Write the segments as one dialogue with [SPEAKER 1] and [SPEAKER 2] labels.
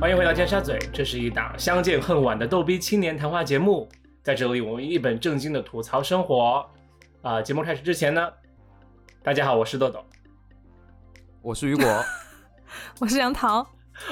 [SPEAKER 1] 欢迎回到尖沙咀，这是一档相见恨晚的逗逼青年谈话节目，在这里我们一本正经的吐槽生活。啊、节目开始之前呢，大家好，我是豆豆，
[SPEAKER 2] 我是雨果，
[SPEAKER 3] 我是杨桃，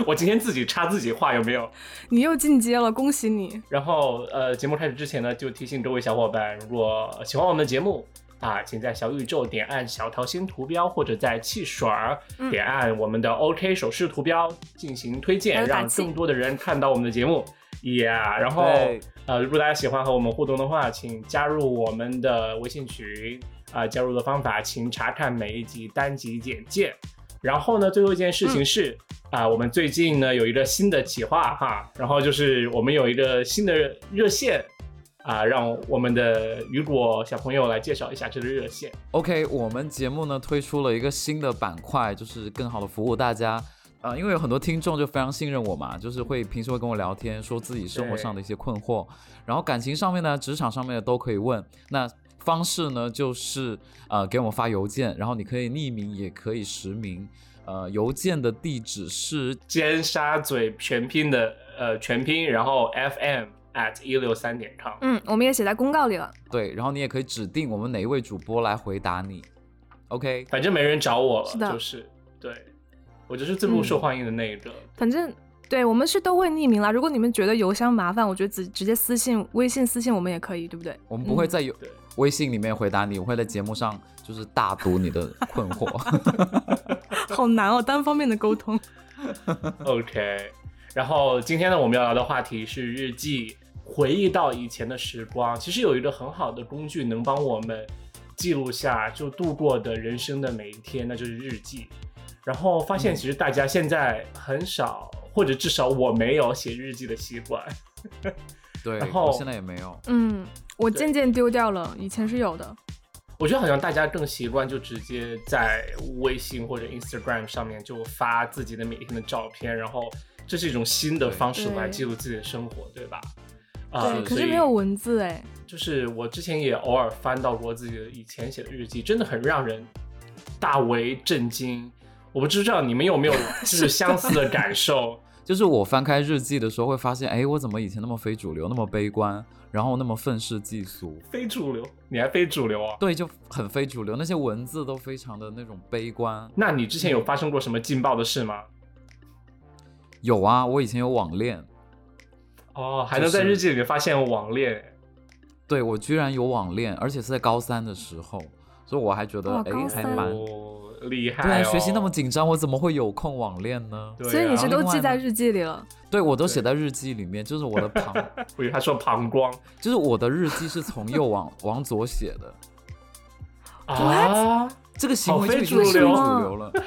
[SPEAKER 1] 我今天自己插自己话有没有？
[SPEAKER 3] 你又进阶了，恭喜你！
[SPEAKER 1] 然后呃，节目开始之前呢，就提醒各位小伙伴，如果喜欢我们的节目啊，请在小宇宙点按小桃心图标，或者在汽水儿
[SPEAKER 3] 嗯
[SPEAKER 1] 点按我们的 OK 手势图标进行推
[SPEAKER 3] 还
[SPEAKER 1] 荐，
[SPEAKER 3] 有打
[SPEAKER 1] 让
[SPEAKER 3] 气
[SPEAKER 1] 更多的人看到我们的节目。Yeah，然后
[SPEAKER 2] 对
[SPEAKER 1] 呃，如果大家喜欢和我们互动的话，请加入我们的微信群啊、加入的方法请查看每一集单集简介。然后呢，最后一件事
[SPEAKER 3] 嗯
[SPEAKER 1] 情是啊、我们最近呢有一个新的企划哈，然后就是我们有一个新的热线啊、让我们的雨果小朋友来介绍一下这个热线。
[SPEAKER 2] ，OK，我们节目呢推出了一个新的板块，就是更好的服务大家。呃，因为有很多听众就非常信任我嘛，就是会平时会跟我聊天，说自己生活上的一些困惑，然后感情上面呢、职场上面的都可以问。那方式呢，就是呃给我们发邮件，然后你可以匿名，也可以实名。呃，邮件的地址是
[SPEAKER 1] 尖沙咀全拼的呃全拼，然后 FM at 一六三点 com。
[SPEAKER 3] 嗯，我们也写在公告里了。
[SPEAKER 2] 对，然后你也可以指定我们哪一位主播来回答你。OK，
[SPEAKER 1] 反正没人找我了，
[SPEAKER 3] 是的嗯
[SPEAKER 1] 就是对我就是最不受欢迎的那一个。
[SPEAKER 3] 反正对我们是都会匿名啦。如果你们觉得邮箱麻烦，我觉得直直接私信、微信私信我们也可以，对不对？
[SPEAKER 2] 我们不会
[SPEAKER 3] 嗯
[SPEAKER 2] 在邮、
[SPEAKER 1] 对
[SPEAKER 2] 微信里面回答你，我会在节目上就是大读你的困惑。
[SPEAKER 3] 好难哦，单方面的沟通。
[SPEAKER 1] OK，然后今天呢，我们要聊的话题是日记，回忆到以前的时光。其实有一个很好的工具能帮我们记录下就度过的人生的每一天，那就是日记。然后发
[SPEAKER 3] 嗯
[SPEAKER 1] 现其实大家现在很少，或者至少我没有写日记的习惯。
[SPEAKER 2] 对，
[SPEAKER 1] 然后
[SPEAKER 2] 我现在也没有。
[SPEAKER 3] 嗯，我
[SPEAKER 1] 对
[SPEAKER 3] 渐渐丢掉了，以前是有的。
[SPEAKER 1] 我觉得好像大家更习惯就直接在微信或者 Instagram 上面就发自己的每一天的照片，然后这是一种新的方式
[SPEAKER 3] 对
[SPEAKER 1] 来记录自己的生活，对吧？啊、
[SPEAKER 3] 对，可
[SPEAKER 1] 所
[SPEAKER 3] 是
[SPEAKER 1] 以
[SPEAKER 3] 没有文字哎。
[SPEAKER 1] 就是我之前也偶尔翻到过自己的以前写的日记，真的很让人大为震惊。我不知道你们有 没有就是相似的感受，
[SPEAKER 2] 就是我翻开日记的时候，会发现，哎，我怎么以前那么非主流，那么悲观，然后那么愤世嫉俗？
[SPEAKER 1] 非主流，你还非主流啊？
[SPEAKER 2] 对，就很非主流，那些文字都非常的那种悲观。
[SPEAKER 1] 那你之前有发生过什么劲爆的事吗？
[SPEAKER 2] 有啊，我以前有网恋，
[SPEAKER 1] 哦，还能在
[SPEAKER 2] 就是
[SPEAKER 1] 日记里面发现网恋。
[SPEAKER 2] 对我居然有网恋，而且是在高三的时候，所以我还觉得
[SPEAKER 3] 哇，
[SPEAKER 2] 哎、
[SPEAKER 3] 高
[SPEAKER 2] 还
[SPEAKER 3] 三
[SPEAKER 2] 蛮。
[SPEAKER 1] 哦，厉害、哦！
[SPEAKER 2] 对啊，学习那么紧张，我怎么会有空网恋呢？
[SPEAKER 1] 对啊，
[SPEAKER 3] 所以你是
[SPEAKER 2] 然后
[SPEAKER 3] 都
[SPEAKER 2] 另外
[SPEAKER 3] 记在
[SPEAKER 2] 呢
[SPEAKER 3] 日记里了。
[SPEAKER 2] 对，我都
[SPEAKER 1] 对
[SPEAKER 2] 写在日记里面，就是我 的旁
[SPEAKER 1] 我以为他说膀胱
[SPEAKER 2] 就是我的日记是从右往往左写的，
[SPEAKER 1] 啊，
[SPEAKER 2] 这个行为
[SPEAKER 1] 好非
[SPEAKER 2] 就已经
[SPEAKER 1] 主
[SPEAKER 2] 是非主
[SPEAKER 1] 流
[SPEAKER 2] 流了。对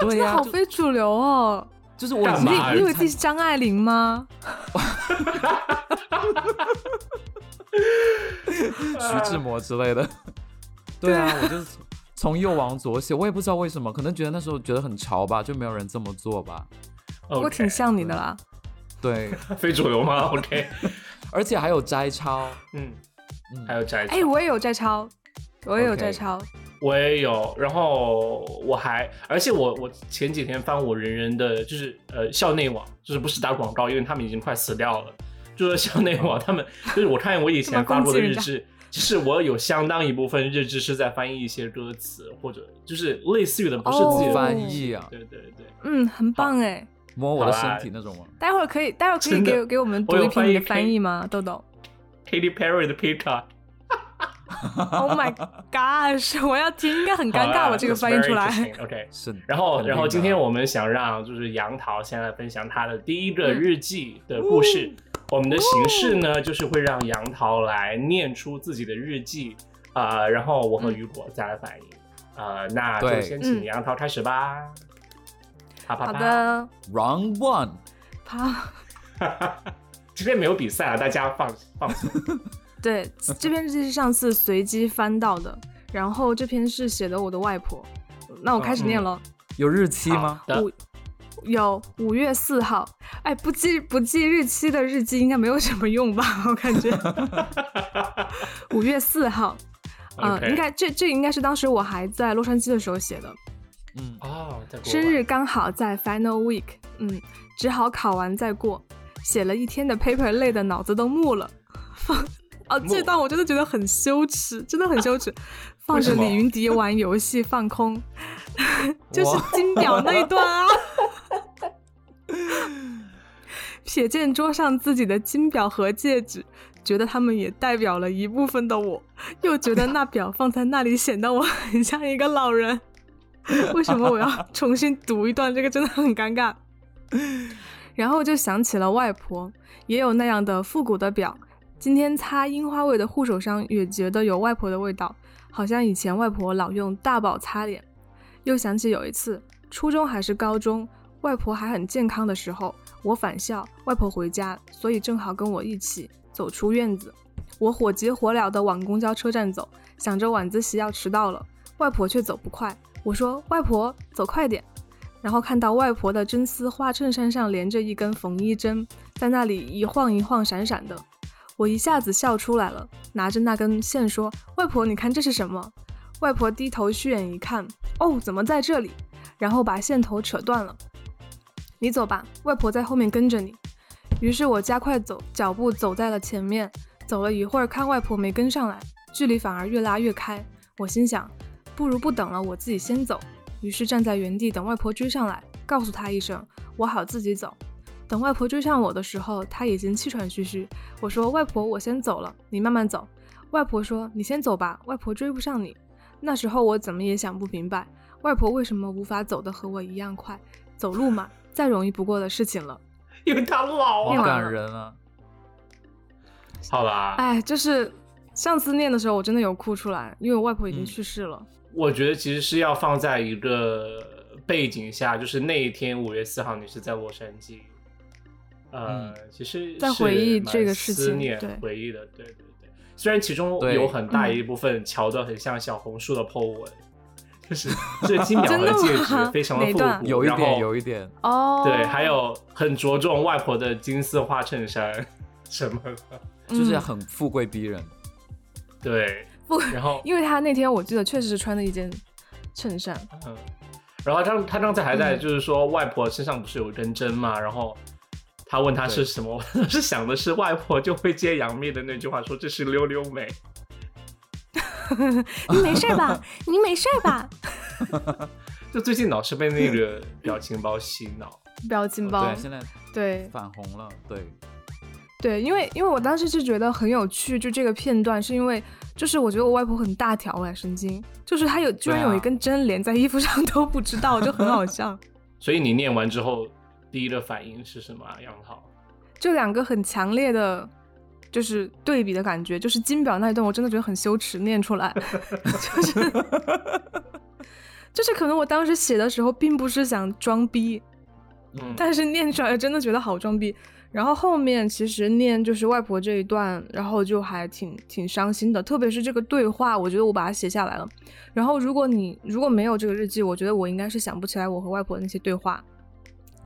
[SPEAKER 3] 真的
[SPEAKER 2] 呀、
[SPEAKER 3] 好
[SPEAKER 2] 就
[SPEAKER 3] 非主流哦！
[SPEAKER 2] 就是我 已
[SPEAKER 1] 干
[SPEAKER 2] 经
[SPEAKER 3] 你
[SPEAKER 1] 嘛呀
[SPEAKER 3] 你以为自己是张爱玲吗？
[SPEAKER 2] 徐志摩之 类的。对啊，我就是从从右往左写，我也不知道为什么，可能觉得那时候觉得很潮吧，就没有人这么做吧。
[SPEAKER 1] OK，
[SPEAKER 3] 我挺像你的啦。
[SPEAKER 2] 对，
[SPEAKER 1] 非主流吗？OK，
[SPEAKER 2] 而且还有摘抄，
[SPEAKER 1] 嗯，
[SPEAKER 2] 嗯
[SPEAKER 1] 还有摘抄，
[SPEAKER 3] 哎，我也有在抄，我也有
[SPEAKER 2] OK
[SPEAKER 3] 在抄。
[SPEAKER 1] 我也有，然后我还，而且我我前几天翻我人人的，就是呃校内网，就是不是打广告，因为他们已经快死掉了，就是校内网，他们就是我看我以前 发过的日志。就是我有相当一部分日志是在翻译一些歌词，或者就是类似于的，不是自己的
[SPEAKER 3] 哦
[SPEAKER 2] 翻译啊，
[SPEAKER 1] 对对对，
[SPEAKER 3] 嗯，很棒哎。
[SPEAKER 2] 摸我的身体那种啊吗？
[SPEAKER 3] 待会儿可以，待会儿可以
[SPEAKER 1] 真的
[SPEAKER 3] 给给我们
[SPEAKER 1] 我
[SPEAKER 3] 读
[SPEAKER 1] 有
[SPEAKER 3] 一篇你的
[SPEAKER 1] 翻译可以
[SPEAKER 3] 翻译吗，豆豆
[SPEAKER 1] Katy Perry 的 Pickup，
[SPEAKER 3] ？Oh my gosh！我要 听，应该很尴尬，我这个翻译出来。
[SPEAKER 1] OK，
[SPEAKER 2] 是。
[SPEAKER 1] 然后，
[SPEAKER 2] 肯定的
[SPEAKER 1] 然后今天我们想让就是杨桃先来分享她的第一个日记的故事。
[SPEAKER 3] 嗯
[SPEAKER 1] 我们的形式呢，
[SPEAKER 3] 哦
[SPEAKER 1] 就是会让杨桃来念出自己的日记，呃，然后我和雨果再来反应。呃，那就
[SPEAKER 2] 对
[SPEAKER 1] 先请
[SPEAKER 3] 嗯
[SPEAKER 1] 杨桃开始吧。啪啪
[SPEAKER 3] 好
[SPEAKER 1] 啪！
[SPEAKER 3] 的，
[SPEAKER 2] Round one，
[SPEAKER 3] 啪，
[SPEAKER 1] 今天没有比赛啊，大家放放松。
[SPEAKER 3] 对，这篇日记是上次随机翻到的，然后这篇是写的我的外婆。那我开
[SPEAKER 1] 嗯
[SPEAKER 3] 始念了，
[SPEAKER 2] 有日期吗？
[SPEAKER 1] 好的
[SPEAKER 3] 五有五月四号。哎，不记不记日期的日记应该没有什么用吧？ 我感觉五月四号，嗯、
[SPEAKER 1] OK
[SPEAKER 3] 呃应该这这应该是当时我还在洛杉矶的时候写的。
[SPEAKER 2] 嗯，
[SPEAKER 1] 哦，在国
[SPEAKER 3] 生日
[SPEAKER 1] 外
[SPEAKER 3] 刚好在 final week，嗯，只好考完再过。写了一天的 paper，累的脑子都木了。放啊，
[SPEAKER 1] 木
[SPEAKER 3] 这段我真的觉得很羞耻，真的很羞耻。放着
[SPEAKER 1] 为什么
[SPEAKER 3] 李云迪玩游戏放空，就是
[SPEAKER 2] 哇
[SPEAKER 3] 金表那一段啊。瞥见桌上自己的金表和戒指，觉得他们也代表了一部分的我，又觉得那表放在那里显得我很像一个老人。为什么我要重新读一段？这个真的很尴尬。然后就想起了外婆，也有那样的复古的表。今天擦樱花味的护手霜也觉得有外婆的味道，好像以前外婆老用大宝擦脸。又想起有一次，初中还是高中，外婆还很健康的时候，我返校，外婆回家，所以正好跟我一起走出院子。我火急火燎地往公交车站走，想着晚自习要迟到了，外婆却走不快。我说：“外婆，走快点。”然后看到外婆的真丝花衬衫上连着一根缝衣针，在那里一晃一晃闪闪的，我一下子笑出来了，拿着那根线说：“外婆，你看这是什么？”外婆低头虚眼一看，哦，怎么在这里？然后把线头扯断了。你走吧，外婆在后面跟着你。于是我加快走脚步，走在了前面。走了一会儿，看外婆没跟上来，距离反而越拉越开。我心想，不如不等了，我自己先走。于是站在原地等外婆追上来，告诉她一声，我好自己走。等外婆追上我的时候，她已经气喘吁吁。我说：“外婆，我先走了，你慢慢走。”外婆说：“你先走吧，外婆追不上你。”那时候我怎么也想不明白，外婆为什么无法走得和我一样快？走路嘛，再容易不过的事情了。
[SPEAKER 1] 因为他老
[SPEAKER 2] 好
[SPEAKER 1] 啊。
[SPEAKER 3] 念完
[SPEAKER 2] 感
[SPEAKER 3] 了
[SPEAKER 2] 人啊！
[SPEAKER 1] 好啦，
[SPEAKER 3] 哎，就是上次念的时候，我真的有哭出来，因为我外婆已经
[SPEAKER 2] 嗯
[SPEAKER 3] 去世了。
[SPEAKER 1] 我觉得其实是要放在一个背景下，就是那一天五月四号，你是在洛杉矶，
[SPEAKER 2] 嗯
[SPEAKER 1] 呃，其实
[SPEAKER 3] 在
[SPEAKER 1] 是
[SPEAKER 3] 回忆
[SPEAKER 1] 蛮
[SPEAKER 3] 这个事
[SPEAKER 1] 思
[SPEAKER 3] 情
[SPEAKER 1] 念
[SPEAKER 3] 对
[SPEAKER 1] 回忆的，对对对。虽然其中
[SPEAKER 2] 对
[SPEAKER 1] 有很大
[SPEAKER 3] 嗯
[SPEAKER 1] 一部分瞧得很像小红书的 po 文，就是这金表
[SPEAKER 3] 真的
[SPEAKER 1] 和戒
[SPEAKER 3] 吗
[SPEAKER 1] 指非常的
[SPEAKER 3] 哪
[SPEAKER 1] 复
[SPEAKER 3] 段
[SPEAKER 1] 古，
[SPEAKER 2] 有一
[SPEAKER 1] 然
[SPEAKER 2] 点，
[SPEAKER 1] 后
[SPEAKER 2] 有一点，
[SPEAKER 3] 哦，
[SPEAKER 1] 对，还有很着重外婆的金丝花衬衫什么的，
[SPEAKER 2] 就是
[SPEAKER 3] 嗯
[SPEAKER 2] 很富贵逼人。
[SPEAKER 1] 对，
[SPEAKER 3] 不，
[SPEAKER 1] 然后
[SPEAKER 3] 因为他那天我记得确实是穿的一件衬衫，
[SPEAKER 1] 嗯，然后他他刚才还在
[SPEAKER 3] 嗯
[SPEAKER 1] 就是说外婆身上不是有一根针嘛，然后他问他是
[SPEAKER 2] 对
[SPEAKER 1] 什么， 我当时想的是外婆就会接杨幂的那句话说这是溜溜梅，
[SPEAKER 3] 您没事吧？您没事吧？
[SPEAKER 1] 就最近老是被那个表情包洗脑，
[SPEAKER 3] 不要劲爆
[SPEAKER 2] 对，，现在
[SPEAKER 3] 对
[SPEAKER 2] 反红了，对，
[SPEAKER 3] 对，因为因为我当时是觉得很有趣，就这个片段是因为就是我觉得我外婆很大条哎，神经，就是她有居然
[SPEAKER 2] 对啊
[SPEAKER 3] 有一根针连在衣服上都不知道，就很好 笑。
[SPEAKER 1] 所以你念完之后第一的反应是什么啊？杨桃？
[SPEAKER 3] 就两个很强烈的，就是对比的感觉。就是金表那一段，我真的觉得很羞耻，念出来， 就是就是可能我当时写的时候并不是想装逼，
[SPEAKER 1] 嗯，
[SPEAKER 3] 但是念出来真的觉得好装逼。然后后面其实念就是外婆这一段，然后就还挺挺伤心的，特别是这个对话，我觉得我把它写下来了。然后如果你如果没有这个日记，我觉得我应该是想不起来我和外婆的那些对话，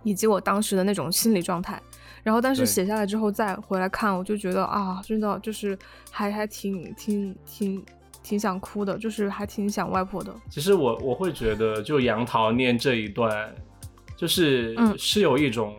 [SPEAKER 3] 以及我当时的那种心理状态。然后但是
[SPEAKER 2] 对
[SPEAKER 3] 写下来之后再回来看，我就觉得啊，真的就是还还挺挺挺挺想哭的，就是还挺想外婆的。
[SPEAKER 1] 其实我我会觉得，就杨桃念这一段，就是、
[SPEAKER 3] 嗯
[SPEAKER 1] 是有一种，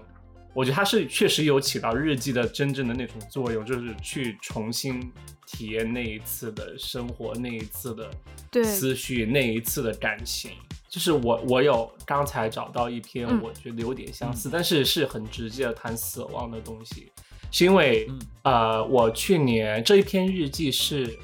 [SPEAKER 1] 我觉得它是确实有起到日记的真正的那种作用，就是去重新体验那一次的生活，那一次的
[SPEAKER 3] 对
[SPEAKER 1] 思绪，那一次的感情。就是我我有刚才找到一篇
[SPEAKER 3] 嗯，
[SPEAKER 1] 我觉得有点相似，但是是很直接的谈死亡的东西，是因为、
[SPEAKER 2] 嗯
[SPEAKER 1] 呃，我去年这一篇日记是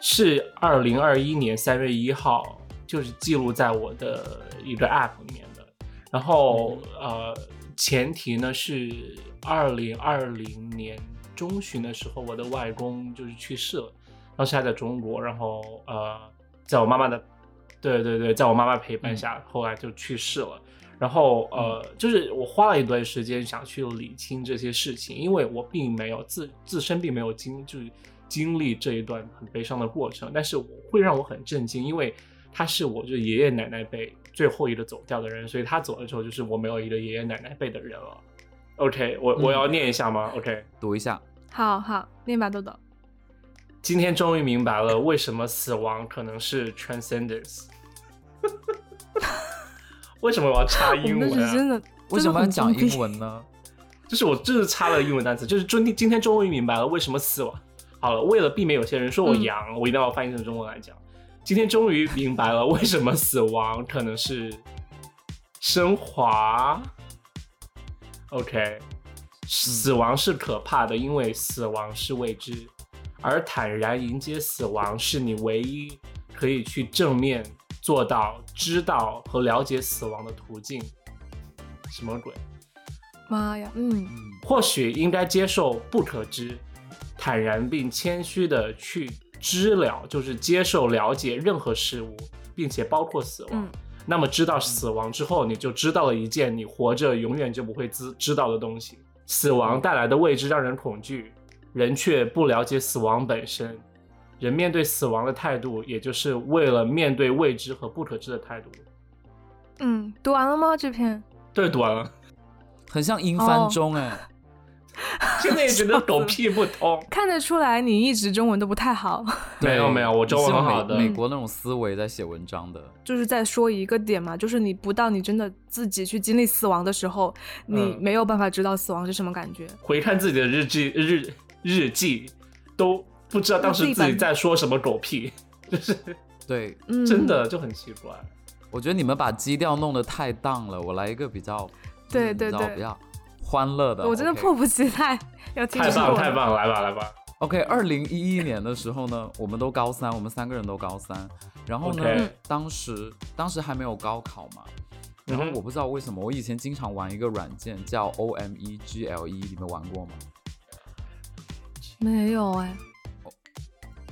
[SPEAKER 1] 是二零二一年三月一号，就是记录在我的一个 App 里面的。然后、呃，前提呢是二零二零年中旬的时候，我的外公就是去世了，当时还在中国，然后呃，在我妈妈的，对对对，在我妈妈陪伴下，后来就去世了。然后呃，
[SPEAKER 3] 嗯
[SPEAKER 1] 就是我花了一段时间想去理清这些事情，因为我并没有自自身并没有经就是经历这一段很悲伤的过程，但是我会让我很震惊，因为他是我就是爷爷奶奶辈最后一个走掉的人，所以他走了之后，就是我没有一个爷爷奶奶辈的人了。OK，我
[SPEAKER 3] 嗯
[SPEAKER 1] 我要念一下吗、o k
[SPEAKER 2] 读一下，
[SPEAKER 3] 好好念吧，豆豆。
[SPEAKER 1] 今天终于明白了为什么死亡可能是 transcendence。 为什么我要插英
[SPEAKER 3] 我们
[SPEAKER 1] 文
[SPEAKER 3] 那是
[SPEAKER 1] 啊？
[SPEAKER 3] 真的，
[SPEAKER 2] 为
[SPEAKER 3] 真
[SPEAKER 2] 什
[SPEAKER 3] 的
[SPEAKER 2] 么要
[SPEAKER 3] 很
[SPEAKER 2] 讲
[SPEAKER 3] 封闭
[SPEAKER 2] 英？文呢？
[SPEAKER 1] 就是我就是插了英文单词，就是今天今天终于明白了为什么死亡。好了，为了避免有些人说我
[SPEAKER 3] 嗯
[SPEAKER 1] 阳，我一定要翻译成中文来讲。今天终于明白了为什么死亡可能是升华。OK，死亡是可怕的，因为死亡是未知，而坦然迎接死亡是你唯一可以去正面做到知道和了解死亡的途径。什么鬼？
[SPEAKER 3] 妈呀， 嗯，
[SPEAKER 2] 嗯，
[SPEAKER 1] 或许应该接受不可知，坦然并谦虚的去知了，就是接受了解任何事物，并且包括死亡。
[SPEAKER 3] 嗯
[SPEAKER 1] 那么知道死亡之后，你就知道了一件你活着永远就不会知知道的东西。死亡带来的未知让人恐惧，人却不了解死亡本身。人面对死亡的态度，也就是为了面对未知和不可知的态度。
[SPEAKER 3] 嗯，读完了吗？这篇
[SPEAKER 1] 对，读完了，
[SPEAKER 2] 很像英翻
[SPEAKER 3] 哦
[SPEAKER 2] 中哎、
[SPEAKER 1] 现在也觉
[SPEAKER 3] 笑
[SPEAKER 1] 得
[SPEAKER 3] 死
[SPEAKER 1] 狗
[SPEAKER 3] 了
[SPEAKER 1] 屁不 通。
[SPEAKER 3] 看得出来你一直中文都不太好，
[SPEAKER 1] 没有
[SPEAKER 2] 对
[SPEAKER 1] 没有，我
[SPEAKER 2] 你
[SPEAKER 1] 中
[SPEAKER 2] 是
[SPEAKER 1] 文
[SPEAKER 2] 用
[SPEAKER 1] 很好
[SPEAKER 2] 美
[SPEAKER 1] 的。
[SPEAKER 2] 美国那种思维在写文章的，
[SPEAKER 3] 就是在说一个点嘛，就是你不到你真的自己去经历死亡的时候，你
[SPEAKER 1] 嗯
[SPEAKER 3] 没有办法知道死亡是什么感觉。
[SPEAKER 1] 回看自己的日记日日记，都不知道当时自己在说什么狗屁，
[SPEAKER 2] 对，
[SPEAKER 3] 嗯，
[SPEAKER 1] 真的就很奇怪。
[SPEAKER 2] 我觉得你们把基调弄得太荡了，我来一个比较，
[SPEAKER 3] 对
[SPEAKER 2] 就是
[SPEAKER 3] 对
[SPEAKER 2] 你知道
[SPEAKER 3] 对
[SPEAKER 2] 比较欢乐的。
[SPEAKER 3] 我真的
[SPEAKER 2] OK
[SPEAKER 3] 迫不及待要听
[SPEAKER 1] 太
[SPEAKER 3] 这
[SPEAKER 1] 棒
[SPEAKER 3] 个
[SPEAKER 1] 了太棒了，来吧来吧，
[SPEAKER 2] OK，二零一一年的时候呢，我们都高三，我们三个人都高三。然后呢
[SPEAKER 1] OK
[SPEAKER 2] 当时当时还没有高考嘛，然后
[SPEAKER 1] 嗯哼
[SPEAKER 2] 我不知道为什么，我以前经常玩一个软件叫 O M E G L E，你们玩过吗？
[SPEAKER 3] 没有哎，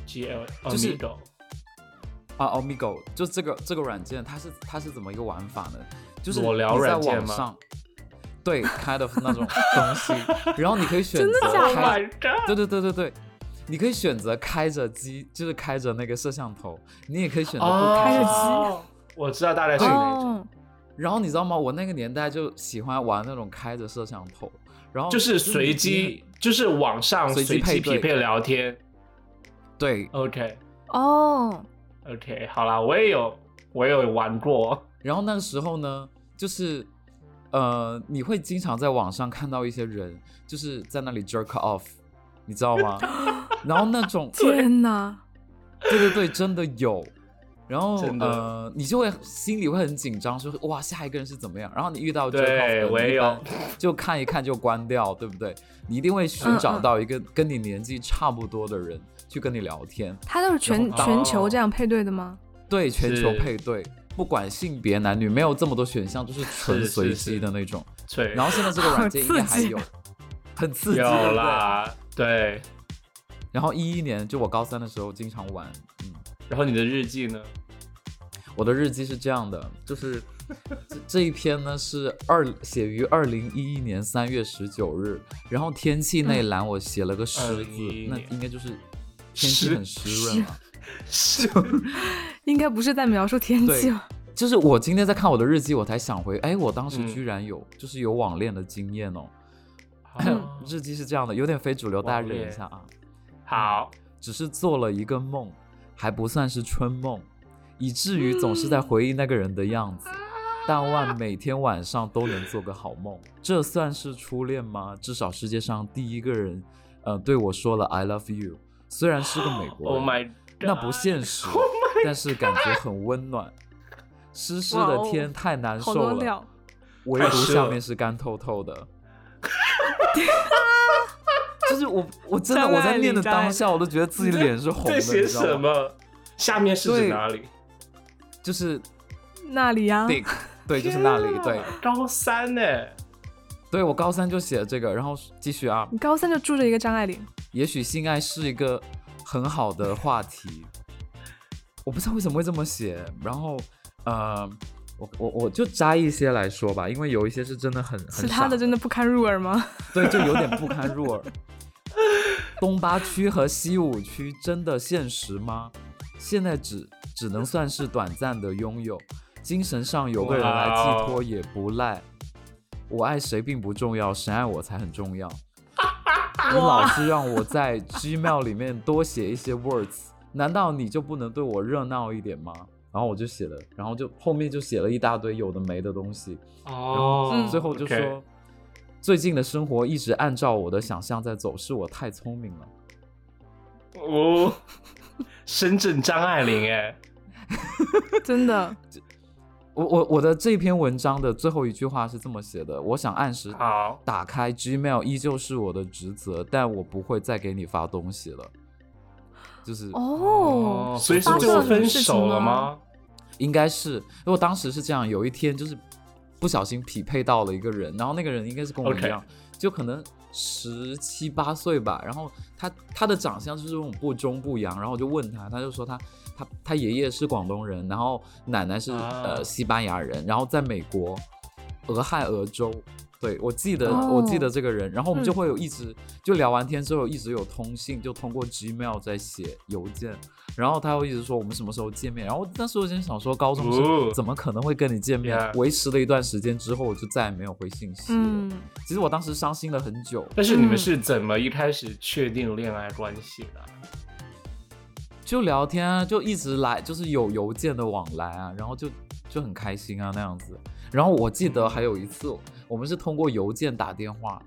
[SPEAKER 1] ，G L
[SPEAKER 2] 就是
[SPEAKER 1] Amigo，
[SPEAKER 2] 啊，Omigo，就这个这个软件，它是它是怎么一个玩法呢？就是
[SPEAKER 1] 裸聊
[SPEAKER 2] 你在
[SPEAKER 1] 软件
[SPEAKER 2] 网
[SPEAKER 1] 吗
[SPEAKER 2] 上，对，kind of 那种东西，然后你可以选择
[SPEAKER 3] 假
[SPEAKER 1] Oh
[SPEAKER 2] 开
[SPEAKER 1] my god！
[SPEAKER 2] 对对对对对，你可以选择开着机，就是开着那个摄像头，你也可以选择不开
[SPEAKER 3] 开
[SPEAKER 2] 着
[SPEAKER 3] 着
[SPEAKER 2] 机。
[SPEAKER 1] 哦，我知道大概是哪种，
[SPEAKER 3] 哦，
[SPEAKER 2] 然后你知道吗？我那个年代就喜欢玩那种开着摄像头，然后
[SPEAKER 1] 就是
[SPEAKER 2] 你
[SPEAKER 1] 随。
[SPEAKER 2] 你
[SPEAKER 1] 机，
[SPEAKER 3] 嗯
[SPEAKER 1] 就是网上
[SPEAKER 2] 随机
[SPEAKER 1] 随机
[SPEAKER 2] 配对
[SPEAKER 1] 匹配聊天。
[SPEAKER 2] 对，
[SPEAKER 1] OK
[SPEAKER 3] 哦，
[SPEAKER 1] OK，好啦，我也有我也有玩过，
[SPEAKER 2] 然后那个时候呢，就是呃，你会经常在网上看到一些人就是在那里 jerk off，你知道吗？ 然后那种
[SPEAKER 3] 天哪，
[SPEAKER 2] 对对对，真的有。然后
[SPEAKER 1] 真的
[SPEAKER 2] 呃，你就会心里会很紧张，说哇，下一个人是怎么样？然后你遇到 jerk off
[SPEAKER 1] 对
[SPEAKER 2] 的
[SPEAKER 1] 我也
[SPEAKER 2] 你一
[SPEAKER 1] 有
[SPEAKER 2] 般就看一看就关掉，对不对？你一定会寻找
[SPEAKER 3] 嗯嗯
[SPEAKER 2] 到一个跟你年纪差不多的人去跟你聊天，
[SPEAKER 3] 他都是全
[SPEAKER 2] 然
[SPEAKER 1] 后
[SPEAKER 3] 全球这样配对的吗？
[SPEAKER 2] 对，全球
[SPEAKER 1] 是
[SPEAKER 2] 配对，不管性别男女，没有这么多选项，就是纯
[SPEAKER 1] 是是
[SPEAKER 2] 随
[SPEAKER 1] 是
[SPEAKER 2] 机的那种。
[SPEAKER 1] 对，
[SPEAKER 2] 然后现在这个软件应该还
[SPEAKER 3] 好刺 激
[SPEAKER 2] 有，很刺激，对
[SPEAKER 1] 有
[SPEAKER 2] 不对？
[SPEAKER 1] 啦，对。
[SPEAKER 2] 然后一一年就我高三的时候经常玩，嗯，
[SPEAKER 1] 然后你的日记呢？
[SPEAKER 2] 我的日记是这样的，就是 这这一篇呢是二写于二零一一年三月十九日，然后天气那一栏我写了个湿字，
[SPEAKER 1] 2011
[SPEAKER 2] 那
[SPEAKER 1] 年
[SPEAKER 2] 应该就是天气很湿润嘛。
[SPEAKER 1] 是
[SPEAKER 3] 应该不是在描述天气
[SPEAKER 2] 对
[SPEAKER 3] 吧？
[SPEAKER 2] 就是我今天在看我的日记，我才想回，哎，我当时
[SPEAKER 1] 嗯
[SPEAKER 2] 居然有、就是有网恋的经验哦。日记是这样的，有点非主流，大家
[SPEAKER 1] 网恋
[SPEAKER 2] 忍一下啊。
[SPEAKER 1] 好，
[SPEAKER 2] 只是做了一个梦，还不算是春梦，以至于总
[SPEAKER 1] 嗯
[SPEAKER 2] 是在回忆那个人的样子。但万每天晚上都能做个好梦，这算是初恋吗？至少世界上第一个人，呃，对我说了 “I love you”，虽然是个美国人
[SPEAKER 1] Oh my，
[SPEAKER 2] 那不现实
[SPEAKER 1] Oh my
[SPEAKER 2] 但是感觉很温暖。湿湿
[SPEAKER 3] 哇
[SPEAKER 2] 的
[SPEAKER 3] 哦
[SPEAKER 2] 天太难
[SPEAKER 3] 好
[SPEAKER 2] 受
[SPEAKER 3] 多
[SPEAKER 2] 了
[SPEAKER 3] 料，，
[SPEAKER 2] 唯
[SPEAKER 1] 太
[SPEAKER 2] 独
[SPEAKER 1] 湿
[SPEAKER 2] 下
[SPEAKER 1] 了
[SPEAKER 2] 面是干透透的。 就是我，我真的
[SPEAKER 3] 张
[SPEAKER 2] 我
[SPEAKER 3] 爱
[SPEAKER 2] 在念
[SPEAKER 3] 玲
[SPEAKER 2] 的
[SPEAKER 3] 张爱
[SPEAKER 2] 当下，我都觉得自己脸是红的，
[SPEAKER 1] 在
[SPEAKER 2] 你
[SPEAKER 1] 写
[SPEAKER 2] 知
[SPEAKER 1] 什
[SPEAKER 2] 道吗？
[SPEAKER 1] 么？下面是指
[SPEAKER 2] 对
[SPEAKER 1] 哪里？
[SPEAKER 2] 就是
[SPEAKER 3] 那里啊呀，
[SPEAKER 2] dick，对，就是那里，对
[SPEAKER 1] 天，啊，高三哎呢？
[SPEAKER 2] 对我高三就写了这个，然后继续啊，
[SPEAKER 3] 你高三就住着一个张爱玲，
[SPEAKER 2] 也许性爱是一个很好的话题，我不知道为什么会这么写，然后呃，我我我就摘一些来说吧，因为有一些是真的很
[SPEAKER 3] 其
[SPEAKER 2] 很
[SPEAKER 3] 他
[SPEAKER 2] 傻
[SPEAKER 3] 的真的不堪入耳吗？
[SPEAKER 2] 对，就有点不堪入耳。东八区和西五区真的现实吗？现在只只能算是短暂的拥有，精神上有个人来寄
[SPEAKER 1] 哇
[SPEAKER 2] 托
[SPEAKER 1] 哦
[SPEAKER 2] 也不赖。我爱谁并不重要，谁爱我才很 重要。你老是让我在 Gmail 里面多写一些 words，难道你就不能对我热闹一点吗？然后我就写了，然后就后面就写了一大堆有的没的东西，
[SPEAKER 1] 哦，
[SPEAKER 2] 最后就说、
[SPEAKER 1] OK
[SPEAKER 2] 最近的生活一直按照我的想象在走，是我太聪明了。
[SPEAKER 1] 哦，深圳张爱玲哎，
[SPEAKER 3] 真的，
[SPEAKER 2] 我我我的这篇文章的最后一句话是这么写的：我想按时
[SPEAKER 1] 好，
[SPEAKER 2] 打开 Gmail 依旧是我的职责，但我不会再给你发东西了。就是
[SPEAKER 3] 哦，
[SPEAKER 1] 所以
[SPEAKER 3] 是发
[SPEAKER 1] 最
[SPEAKER 3] 生
[SPEAKER 1] 后
[SPEAKER 3] 了什么
[SPEAKER 1] 分
[SPEAKER 3] 事情
[SPEAKER 1] 手了
[SPEAKER 3] 吗？
[SPEAKER 1] 吗？
[SPEAKER 2] 应该是，因为我当时是这样，有一天就是不小心匹配到了一个人，然后那个人应该是跟我
[SPEAKER 1] OK
[SPEAKER 2] 一样就可能十七八岁吧，然后他他的长相就是那种不中不洋，然后我就问他，他就说他他他爷爷是广东人，然后奶奶是、
[SPEAKER 1] 啊
[SPEAKER 2] 呃西班牙人，然后在美国俄亥俄州。对，我记得、
[SPEAKER 3] 哦
[SPEAKER 2] 我记得这个人，然后我们就
[SPEAKER 3] 嗯
[SPEAKER 2] 会有一直、就聊完天之后，一直有通信，就通过 Gmail 在写邮件，然后他又一直说我们什么时候见面，然后那时候我就想说高中
[SPEAKER 1] 哦
[SPEAKER 2] 生怎么可能会跟你见面？
[SPEAKER 1] Yeah
[SPEAKER 2] 维持了一段时间之后，我就再也没有回信息了。
[SPEAKER 3] 嗯，
[SPEAKER 2] 其实我当时伤心了很久，
[SPEAKER 1] 但是你们
[SPEAKER 3] 嗯
[SPEAKER 1] 是怎么一开始确定恋爱关系的？
[SPEAKER 2] 就聊天啊，就一直来，就是有邮件的往来啊，然后就就很开心啊那样子。然后我记得还有一次，我们是通过邮件打电话，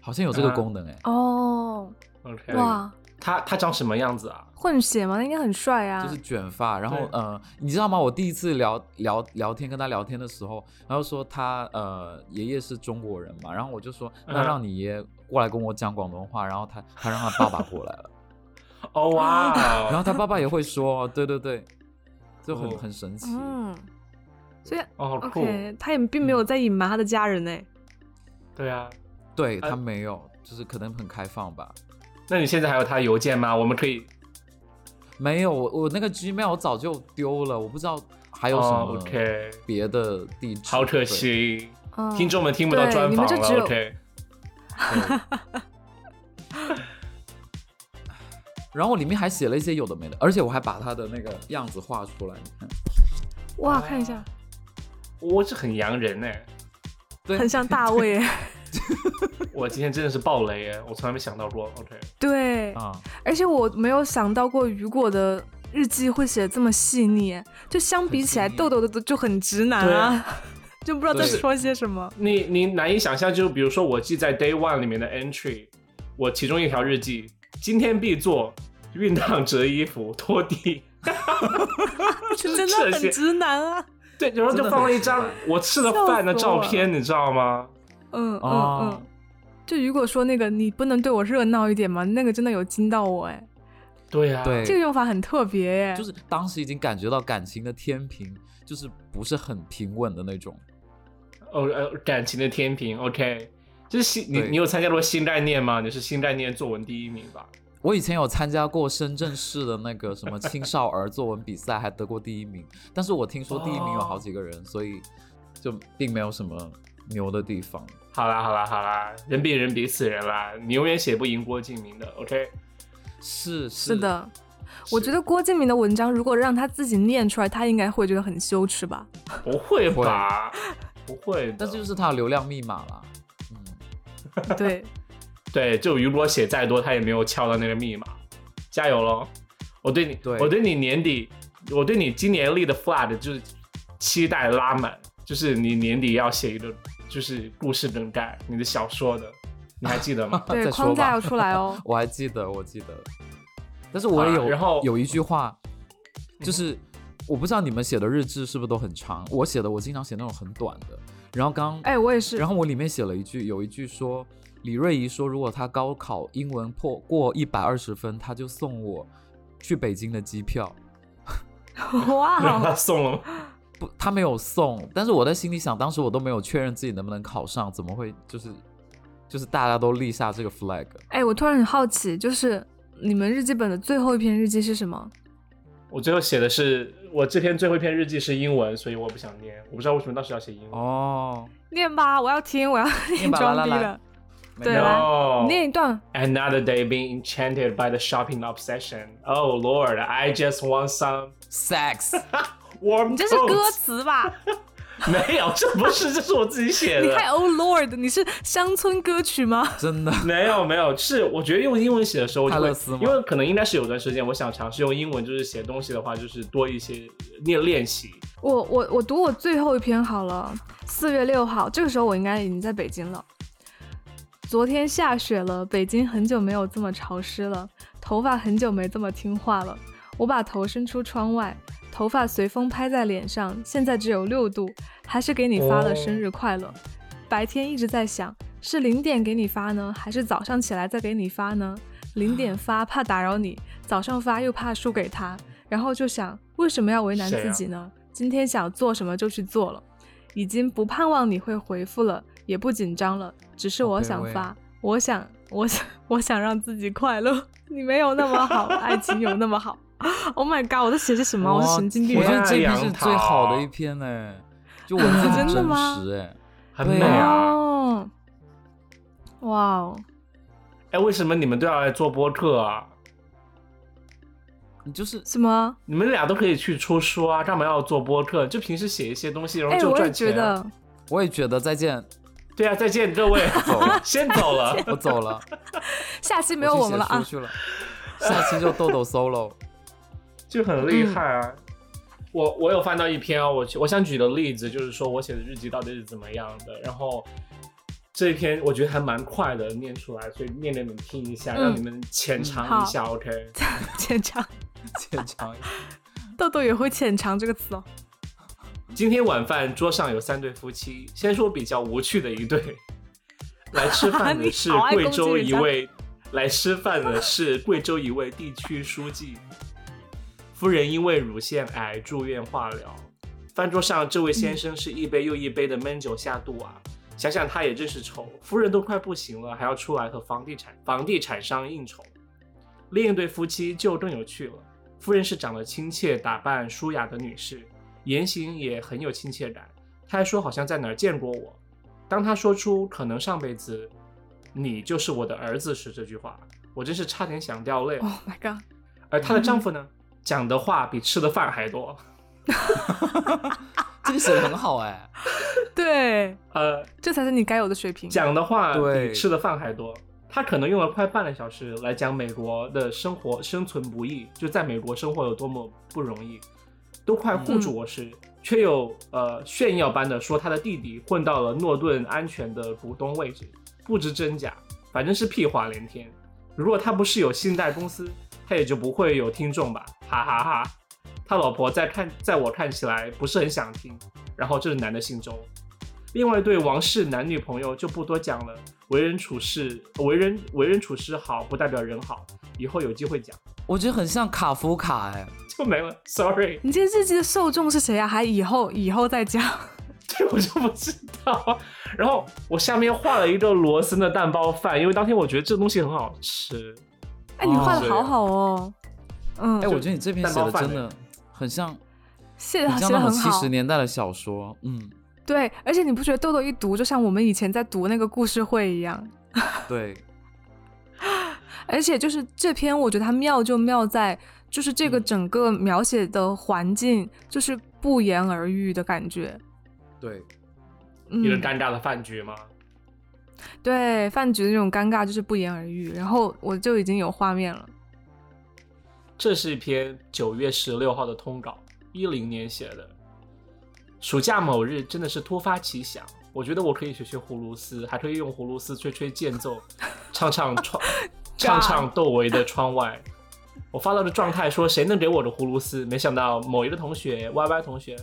[SPEAKER 2] 好像有这个
[SPEAKER 1] 啊
[SPEAKER 2] 功能哎、
[SPEAKER 3] 哦，
[SPEAKER 1] OK，
[SPEAKER 3] 哇，
[SPEAKER 1] 他他长什么样子啊？
[SPEAKER 3] 混血嘛，那应该很帅啊，
[SPEAKER 2] 就是卷发，然后
[SPEAKER 1] 对
[SPEAKER 2] 呃，你知道吗？我第一次聊聊聊天跟他聊天的时候，然后说他呃爷爷是中国人嘛，然后我就说那
[SPEAKER 1] 嗯
[SPEAKER 2] 让你爷爷过来跟我讲广东话，然后他他让他爸爸过来了，
[SPEAKER 1] 哦哇哦，
[SPEAKER 2] 然后他爸爸也会说，对对对，就很、
[SPEAKER 1] 哦
[SPEAKER 2] 很神奇。
[SPEAKER 3] 嗯，所以
[SPEAKER 1] 哦好酷，
[SPEAKER 3] OK，他也
[SPEAKER 2] 嗯
[SPEAKER 3] 并没有在隐瞒他的家人呢。
[SPEAKER 1] 对啊。
[SPEAKER 2] 对
[SPEAKER 1] 哎
[SPEAKER 2] 他没有，就是可能很开放吧。
[SPEAKER 1] 那你现在还有他邮件吗？我们可以
[SPEAKER 2] 没有，我我那个 Gmail 早就丢了，我不知道还有什
[SPEAKER 1] 哦
[SPEAKER 2] 么
[SPEAKER 1] ，OK，
[SPEAKER 2] 别的地址。
[SPEAKER 1] 好可
[SPEAKER 2] 对。
[SPEAKER 1] 惜，
[SPEAKER 3] 嗯，
[SPEAKER 1] 听众们听不到
[SPEAKER 3] 对
[SPEAKER 1] 专
[SPEAKER 3] 你们
[SPEAKER 1] 访
[SPEAKER 3] 就只
[SPEAKER 1] 了
[SPEAKER 3] 有
[SPEAKER 1] ，OK。
[SPEAKER 2] 然后我里面还写了一些有的没的，而且我还把他的那个样子画出来，你看。
[SPEAKER 3] 哇，看一
[SPEAKER 2] 啊
[SPEAKER 3] 下，
[SPEAKER 1] 我是很洋人呢、哎
[SPEAKER 2] 对，
[SPEAKER 3] 很像大 卫耶。
[SPEAKER 1] 我今天真的是爆雷耶，我从来没想到过。OK，
[SPEAKER 3] 对，
[SPEAKER 2] 啊，
[SPEAKER 3] 而且我没有想到过雨果的日记会写得这么细腻，就相比起来，
[SPEAKER 2] 很细腻
[SPEAKER 3] 豆豆的就很直男啊，就不知道在
[SPEAKER 2] 对
[SPEAKER 3] 说些 什么。
[SPEAKER 1] 你你难以想象，就是比如说我记在 Day One 里面的 entry，我其中一条日记，今天必做熨烫、折衣服、拖 地，
[SPEAKER 3] 就
[SPEAKER 1] 这
[SPEAKER 3] 真
[SPEAKER 1] 些
[SPEAKER 3] 的很直男 啊。
[SPEAKER 1] 对，然后就放了一张
[SPEAKER 2] 真的很奇
[SPEAKER 1] 我吃了饭的照片，你知道吗？
[SPEAKER 3] 嗯嗯
[SPEAKER 2] 哦
[SPEAKER 3] 嗯，就如果说那个你不能对我热闹一点吗？那个真的有惊到我哎，
[SPEAKER 1] 对呀、啊，
[SPEAKER 2] 对
[SPEAKER 3] 这个用法很特别哎，
[SPEAKER 2] 就是当时已经感觉到感情的天平就是不是很平稳的那种。
[SPEAKER 1] 哦呃，感情的天平，OK，这是新你
[SPEAKER 2] 对
[SPEAKER 1] 你有参加过新概念吗？你是新概念作文第一名吧？
[SPEAKER 2] 我以前有参加过深圳市的那个什么青少儿作文比赛，还得过第一名。但是我听说第一名有好几个人，所以就并没有什么牛的地方。
[SPEAKER 1] 好啦好啦好啦，人比人比死人啦，你永远写不赢郭敬明的，OK？
[SPEAKER 2] 是
[SPEAKER 3] 是
[SPEAKER 2] 是，
[SPEAKER 3] 的。我
[SPEAKER 1] 是
[SPEAKER 3] 觉得郭敬明的文章，如果让他自己念出来，他应该会觉得很羞 耻吧？
[SPEAKER 1] 不会吧？不会的，
[SPEAKER 2] 但这就是他的流量密码啦。嗯，
[SPEAKER 3] 对，
[SPEAKER 1] 对，就如果写再多，他也没有撬到那个密码。加油喽！我对你，
[SPEAKER 2] 对？
[SPEAKER 1] 我对你年底，我对你今年立的 flag 就是期待拉满，就是你年底要写一个就是故事梗概，你的小说的，你还记得吗
[SPEAKER 3] 对
[SPEAKER 2] 再说
[SPEAKER 3] 框架
[SPEAKER 2] 吧
[SPEAKER 3] 要出 来哦
[SPEAKER 2] 我还记得，我记得，但是我也有，
[SPEAKER 1] 啊然后
[SPEAKER 2] 有一句话，就是我不知道你们写的日志是不是都很长，我写的我经常写那种很短的。然后刚，
[SPEAKER 3] 哎，我也是
[SPEAKER 2] 然。后我里面写了一句，有一句说李瑞仪说，如果他高考英文破过一百二十分，他就送我去北京的机票。
[SPEAKER 1] 然后
[SPEAKER 3] 哇 哦
[SPEAKER 1] 他，送了吗？
[SPEAKER 2] 不，他没有送，但是我在心里想，当时我都没有确认自己能不能考上，怎么会就是就是大家都立下这个 flag？
[SPEAKER 3] 哎，我突然很好奇，就是你们日记本的最后一篇日记是什么？
[SPEAKER 1] 我最后写的是我这篇最后一篇日记是英文，所以我不想念，我不知道为什么当时要写英文。
[SPEAKER 2] 哦，
[SPEAKER 3] 念吧，我要 听，我要
[SPEAKER 2] 念
[SPEAKER 3] 念
[SPEAKER 2] 吧
[SPEAKER 3] 装
[SPEAKER 2] 来
[SPEAKER 3] 逼
[SPEAKER 2] 来来哦
[SPEAKER 3] 了。
[SPEAKER 2] 没
[SPEAKER 3] 对啊
[SPEAKER 2] 有
[SPEAKER 3] 来
[SPEAKER 1] No.
[SPEAKER 3] 你念一段，
[SPEAKER 1] Another day being enchanted by the shopping obsession. Oh Lord, I just want some
[SPEAKER 2] ，sex。
[SPEAKER 1] warm.
[SPEAKER 2] 哦
[SPEAKER 3] 你这是
[SPEAKER 2] 哎
[SPEAKER 1] toast.
[SPEAKER 3] 歌词吧？
[SPEAKER 1] 没有，这不是，这是我自己写的。
[SPEAKER 3] 你太 Oh Lord，你是乡村歌曲吗？
[SPEAKER 2] 真的，
[SPEAKER 1] 没有没有，是我觉得用英文写的时候就
[SPEAKER 2] 泰
[SPEAKER 1] 会
[SPEAKER 2] 勒斯吗，
[SPEAKER 1] 因为可能应该是有段时间，我想尝试用英文，就是写东西的话，就是多一些练练习。
[SPEAKER 3] 我我我读我最后一篇好了，四月六号，这个时候我应该已经在北京了。昨天下雪了，北京很久没有这么潮湿了，头发很久没这么听话了。我把头伸出窗外，头发随风拍在脸上，现在只有六度，还是给你发了生日快乐。白天一直在想，是零点给你发呢，还是早上起来再给你发呢？零点发怕打扰你，早上发又怕输给他，然后就想为什么要为难
[SPEAKER 1] 谁啊
[SPEAKER 3] 自己呢？今天想做什么就去做了，已经不盼望你会回复了，也不紧张了，只是
[SPEAKER 2] 好
[SPEAKER 3] 我
[SPEAKER 2] 卑
[SPEAKER 3] 想
[SPEAKER 2] 微啊
[SPEAKER 3] 发，我想，我想，我想让自己快乐。 你没有那么好，爱情有那么好。Oh my god！我在写些什么？我是
[SPEAKER 2] 哇
[SPEAKER 3] 神经病
[SPEAKER 2] 我觉
[SPEAKER 3] 吗？
[SPEAKER 2] 得这篇
[SPEAKER 1] 天
[SPEAKER 2] 是
[SPEAKER 1] 啊
[SPEAKER 2] 最好的一篇呢、 就文字很
[SPEAKER 3] 真的
[SPEAKER 2] 真
[SPEAKER 3] 吗
[SPEAKER 2] 实哎、
[SPEAKER 1] 很
[SPEAKER 2] 对
[SPEAKER 1] 美啊！
[SPEAKER 3] 哦，哇哦，
[SPEAKER 1] 哎，为什么你们都要来做播客啊？
[SPEAKER 2] 你就是
[SPEAKER 3] 什么？
[SPEAKER 1] 你们俩都可以去出书啊，干嘛要做播客？就平时写一些东西，然后
[SPEAKER 3] 哎，
[SPEAKER 1] 就
[SPEAKER 3] 我也
[SPEAKER 1] 赚
[SPEAKER 3] 觉
[SPEAKER 1] 钱啊。
[SPEAKER 3] 得，
[SPEAKER 2] 我也觉得再见，
[SPEAKER 1] 对啊，再见各 位，
[SPEAKER 2] 走了
[SPEAKER 1] 先走了。
[SPEAKER 2] 我走了，
[SPEAKER 3] 下期 没有
[SPEAKER 2] 我
[SPEAKER 3] 我
[SPEAKER 2] 去
[SPEAKER 3] 们
[SPEAKER 2] 写
[SPEAKER 3] 了啊
[SPEAKER 2] 书！去了，下期就豆豆 solo。
[SPEAKER 1] 就很厉害啊。我我有翻到一篇啊、我我想举的例子就是说我写的日记到底是怎么样的，然后这一篇我觉得还蛮快的念出来，所以念给你们听一下，
[SPEAKER 3] 嗯
[SPEAKER 1] 让你们浅尝一下、o k
[SPEAKER 3] 浅尝，
[SPEAKER 2] 浅尝一下，
[SPEAKER 3] 豆豆也会浅尝这个词哦。
[SPEAKER 1] 今天晚饭桌上有三对夫妻，先说比较无趣的一对。 来吃饭的
[SPEAKER 3] 你
[SPEAKER 1] 是
[SPEAKER 3] 好爱
[SPEAKER 1] 贵
[SPEAKER 3] 攻击
[SPEAKER 1] 州
[SPEAKER 3] 人
[SPEAKER 1] 一
[SPEAKER 3] 家
[SPEAKER 1] 位，来吃饭的是贵州一位地区书记。夫人因为乳腺癌住院化疗。饭桌上，这位先生是一杯又一杯的闷酒下肚啊！想想他也真是愁，夫人都快不行了，还要出来和房地产房地产商应酬。另一对夫妻就更有趣了，夫人是长得亲切、打扮舒雅的女士，言行也很有亲切感。她还说好像在哪儿见过我。当她说出“可能上辈子你就是我的儿子”时，这句话，我真是差点想掉泪了。
[SPEAKER 3] Oh my god！
[SPEAKER 1] 而她的丈夫呢，讲的话比吃的饭还多。
[SPEAKER 2] 这个写的很好哎、
[SPEAKER 3] 对，
[SPEAKER 1] 呃，
[SPEAKER 3] 这才是你该有的水平。
[SPEAKER 1] 讲的话比
[SPEAKER 2] 对
[SPEAKER 1] 吃的饭还多。他可能用了快半个小时来讲美国的生活生存不易，就在美国生活有多么不容易，都快护住我时，却又呃炫耀般的说他的弟弟混到了诺顿安全的股东位置，不知真假，反正是屁话连天。如果他不是有信贷公司，他也就不会有听众吧，哈哈哈他老婆在看，在我看起来不是很想听。然后这是男的姓周，另外一对王室男女朋友就不多讲了。为人处事，为人为人处事好，不代表人好。以后有机会讲，
[SPEAKER 2] 我觉得很像卡夫卡哎、
[SPEAKER 1] 就没了。Sorry，
[SPEAKER 3] 你这日记的受众是谁啊？还以后以后再讲。
[SPEAKER 1] 这 我就不知道。然后我下面画了一个罗森的蛋包饭，因为当天我觉得这东西很好吃。
[SPEAKER 3] 哎，你画的
[SPEAKER 1] 哦
[SPEAKER 3] 好好哦，嗯
[SPEAKER 2] 哎、，我觉得你这篇
[SPEAKER 1] 蛋
[SPEAKER 2] 写
[SPEAKER 1] 包
[SPEAKER 2] 的
[SPEAKER 1] 饭
[SPEAKER 2] 真的很像，
[SPEAKER 3] 写的
[SPEAKER 2] 很
[SPEAKER 3] 啊写
[SPEAKER 2] 像
[SPEAKER 3] 的
[SPEAKER 2] 那种
[SPEAKER 3] 很
[SPEAKER 2] 七
[SPEAKER 3] 好
[SPEAKER 2] 十。年代的小说，嗯，
[SPEAKER 3] 对，而且你不觉得豆豆一读就像我们以前在读那个故事会一样？
[SPEAKER 2] 对，
[SPEAKER 3] 而且就是这篇，我觉得它妙就妙在，就是这个
[SPEAKER 1] 嗯
[SPEAKER 3] 整个描写的环境就是不言而喻的感觉。
[SPEAKER 2] 对，
[SPEAKER 1] 一个
[SPEAKER 3] 嗯，
[SPEAKER 1] 尴尬的饭局吗？
[SPEAKER 3] 对，饭局的那种尴尬就是不言而喻，然后我就已经有画面了。
[SPEAKER 1] 这是一篇九月十六号的通稿，一零年写的。暑假某日真的是突发奇想，我觉得我可以学学葫芦丝，还可以用葫芦丝吹吹间奏，唱唱窗，唱唱窦唯的《窗外》。我发到的状态说谁能给我的葫芦丝？没想到某一个同学 Y Y 同学，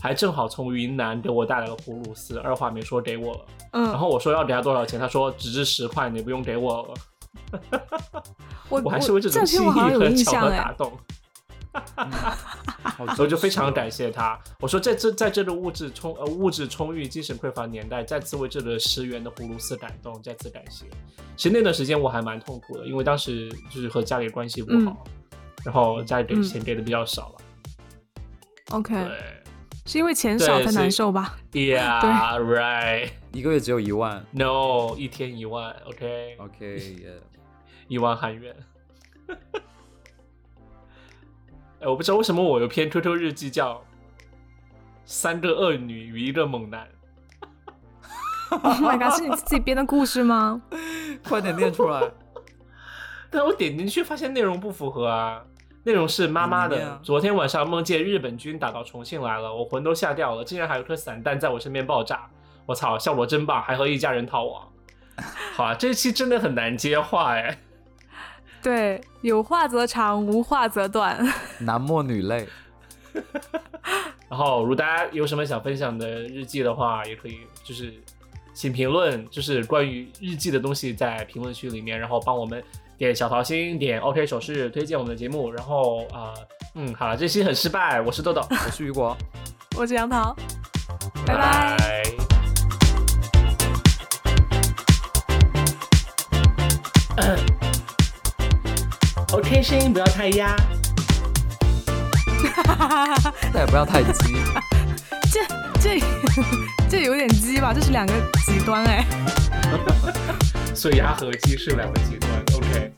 [SPEAKER 1] 还正好从云南给我带来了葫芦丝，二话没说给我了。然
[SPEAKER 3] 嗯，
[SPEAKER 1] 后我说要给他多少钱，他说只值十块，你不用给我了。
[SPEAKER 3] 我
[SPEAKER 1] 我还是为这种
[SPEAKER 3] 这
[SPEAKER 1] 心
[SPEAKER 3] 篇
[SPEAKER 1] 意
[SPEAKER 3] 我好像有
[SPEAKER 1] 很
[SPEAKER 3] 印
[SPEAKER 1] 巧
[SPEAKER 3] 象
[SPEAKER 1] 和
[SPEAKER 3] 哎
[SPEAKER 1] 打，动。
[SPEAKER 2] 嗯 好真
[SPEAKER 1] 所以就非
[SPEAKER 2] 实哦
[SPEAKER 1] 常感谢他。我说在这在这个物质充呃物质充裕、精神匮乏年代，再次为这个十元的葫芦丝感动，再次感谢。其实那段时间我还蛮痛苦的，因为当时就是和家里关系不好，然后家里给
[SPEAKER 3] 嗯
[SPEAKER 1] 钱给的比较少了。
[SPEAKER 3] OK，是因为钱
[SPEAKER 1] 对
[SPEAKER 3] 少才
[SPEAKER 1] 是
[SPEAKER 3] 难受吧？
[SPEAKER 1] 对，Yeah right
[SPEAKER 2] 一个月只有一万
[SPEAKER 1] no，一天一万，OK，
[SPEAKER 2] ，OK，yeah
[SPEAKER 1] 一万韩元。 哎，我不知道为什么我有篇 QQ 日记叫三个恶女与一个猛男。
[SPEAKER 3] Oh my god，是你自己编的故事吗？
[SPEAKER 2] 快点念出来。
[SPEAKER 1] 但我点进去发现内容不符合啊，内容是妈妈
[SPEAKER 2] 怎么
[SPEAKER 1] 的
[SPEAKER 2] 样。
[SPEAKER 1] 昨天晚上梦见日本军打到重庆来了，我魂都吓掉了，竟然还有颗散弹在我身边爆炸，我操，效果真棒，还和一家人逃亡。 好啊，这期真的很难接话哎。
[SPEAKER 3] 对，有话则长，无话则短。
[SPEAKER 2] 男莫女泪，
[SPEAKER 1] 然后，如大家有什么想分享的日记的话，也可以就是请评论，就是关于日记的东西在评论区里面，然后帮我们点小桃心，点 OK 手势推荐我们的节目。然后啊、呃嗯，好了，这期很失败，我是豆豆，
[SPEAKER 2] 我是雨果。
[SPEAKER 3] 我是杨桃，拜拜
[SPEAKER 1] 拜。OK，声音不要太压。
[SPEAKER 2] 但也不要太急。
[SPEAKER 3] 这这 这有点鸡吧？这是两个极端哎。
[SPEAKER 1] 所以压和鸡是两个极端。OK。